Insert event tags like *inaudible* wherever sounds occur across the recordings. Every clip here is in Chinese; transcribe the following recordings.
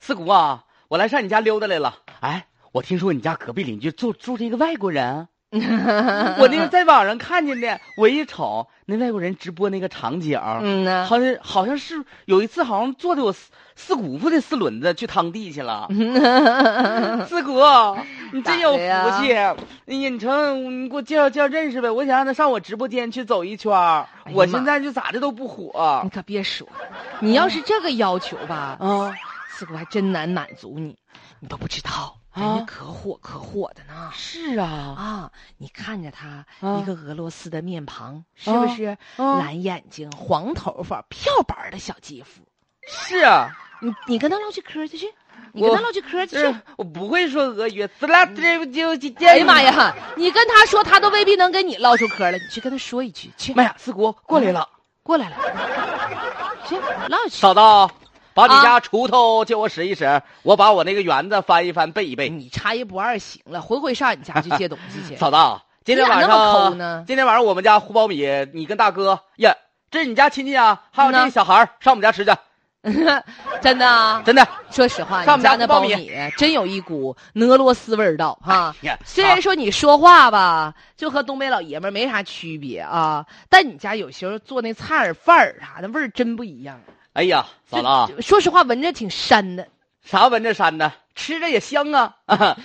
四姑啊，我来上你家溜达来了。哎，我听说你家隔壁邻居住住着一个外国 *laughs* 人，啊我那个在网上看见的，我一瞅那外国人直播那个场景，嗯呐，啊好像好像是有一次好像坐的我四四姑父的四轮子去趟地去 *laughs* 了。四姑，你真有福气！哎呀，你成，你给我介绍介绍认识呗。我想让他上我直播间去走一圈儿哎呀我妈现在就咋的都不火你可别说，你要是这个要求吧，嗯啊！四姑还真难满足你，你都不知道，人啊家可火可火的呢。是啊，啊，你看着他、啊一个俄罗斯的面庞，是不啊是、啊蓝眼睛、黄头发、漂白儿的小肌肤？是啊。你你跟他唠起嗑儿去去，你跟我他唠起嗑儿去这去。我不会说俄语，滋啦这不就就哎呀妈！呀，你跟他说，他都未必能跟你唠出嗑儿来。你去跟他说一句，去妈呀，四姑过来了，过来了， *laughs* 去唠去。嗯嫂子，把你啊家锄头借我使一使，我把我那个园子翻一翻，背一背。你差一不二行了，回回上你家去借东西 *laughs* 去。嫂子，今天你咋晚那么抠上呢今天晚上我们家胡苞米，你跟大哥呀，这是你家亲戚啊，还有嗯这呐个小孩儿上我们家吃去，真的啊，真的。说实话，上我们你家家那爆苞米米真有一股俄罗斯味儿道哈。哎呀虽然说你说话吧，就和东北老爷们儿没啥区别啊，但你家有时候做那菜儿饭儿啥的味儿真不一样。哎呀，嫂子啊，就说实话，闻着挺膻的。啥闻着膻的，吃着也香啊！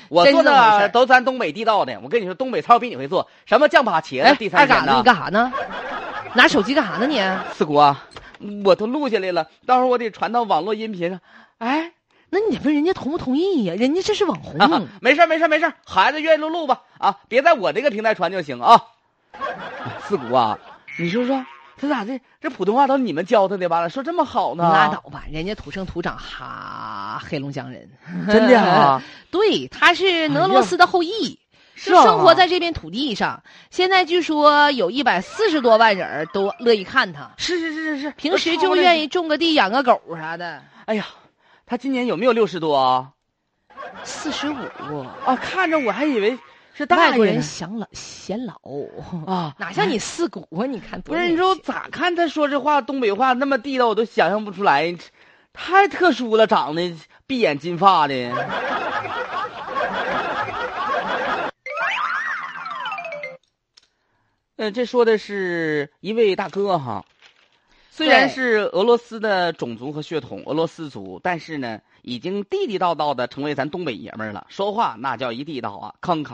我真做这么回事的儿都咱东北地道的，我跟你说，东北菜比你会做，什么酱粑茄哎子、地，三二鲜嘎子，呐你。干啥呢？拿手机干啥呢你？四姑啊，我都录下来了，到时候我得传到网络音频上。哎，那你问人家同不同意呀？人家这是网红。啊没事儿没事儿没事儿，孩子愿意录录吧，啊，别在我这个平台传就行啊。四姑啊，你说说他咋的？这普通话都你们教他的，完了说这么好呢？拉倒，吧，人家土生土长哈黑龙江人，真的 *laughs* 啊？对，他是俄罗斯的后裔，是就啊生活在这片土地上。现在据说有一百四十多万人儿都乐意看他，是是是是是，平时就愿意。意种个地、养个狗啥的。哎呀，他今年有没有六十多啊？四十五，啊，看着我还以为是大外爷国人呢想老嫌老，啊，哪像你四股啊？你看多不是，年你说我轻咋看他说这话东北话那么地道，我都想象不出来，这太特殊了，长得闭眼金发的。 *laughs* 嗯，这说的是一位大哥哈，虽然对是俄罗斯的种族和血统，俄罗斯族，但是呢，已经地地道道的成为咱东北爷们儿了，说话那叫一地道啊，康康。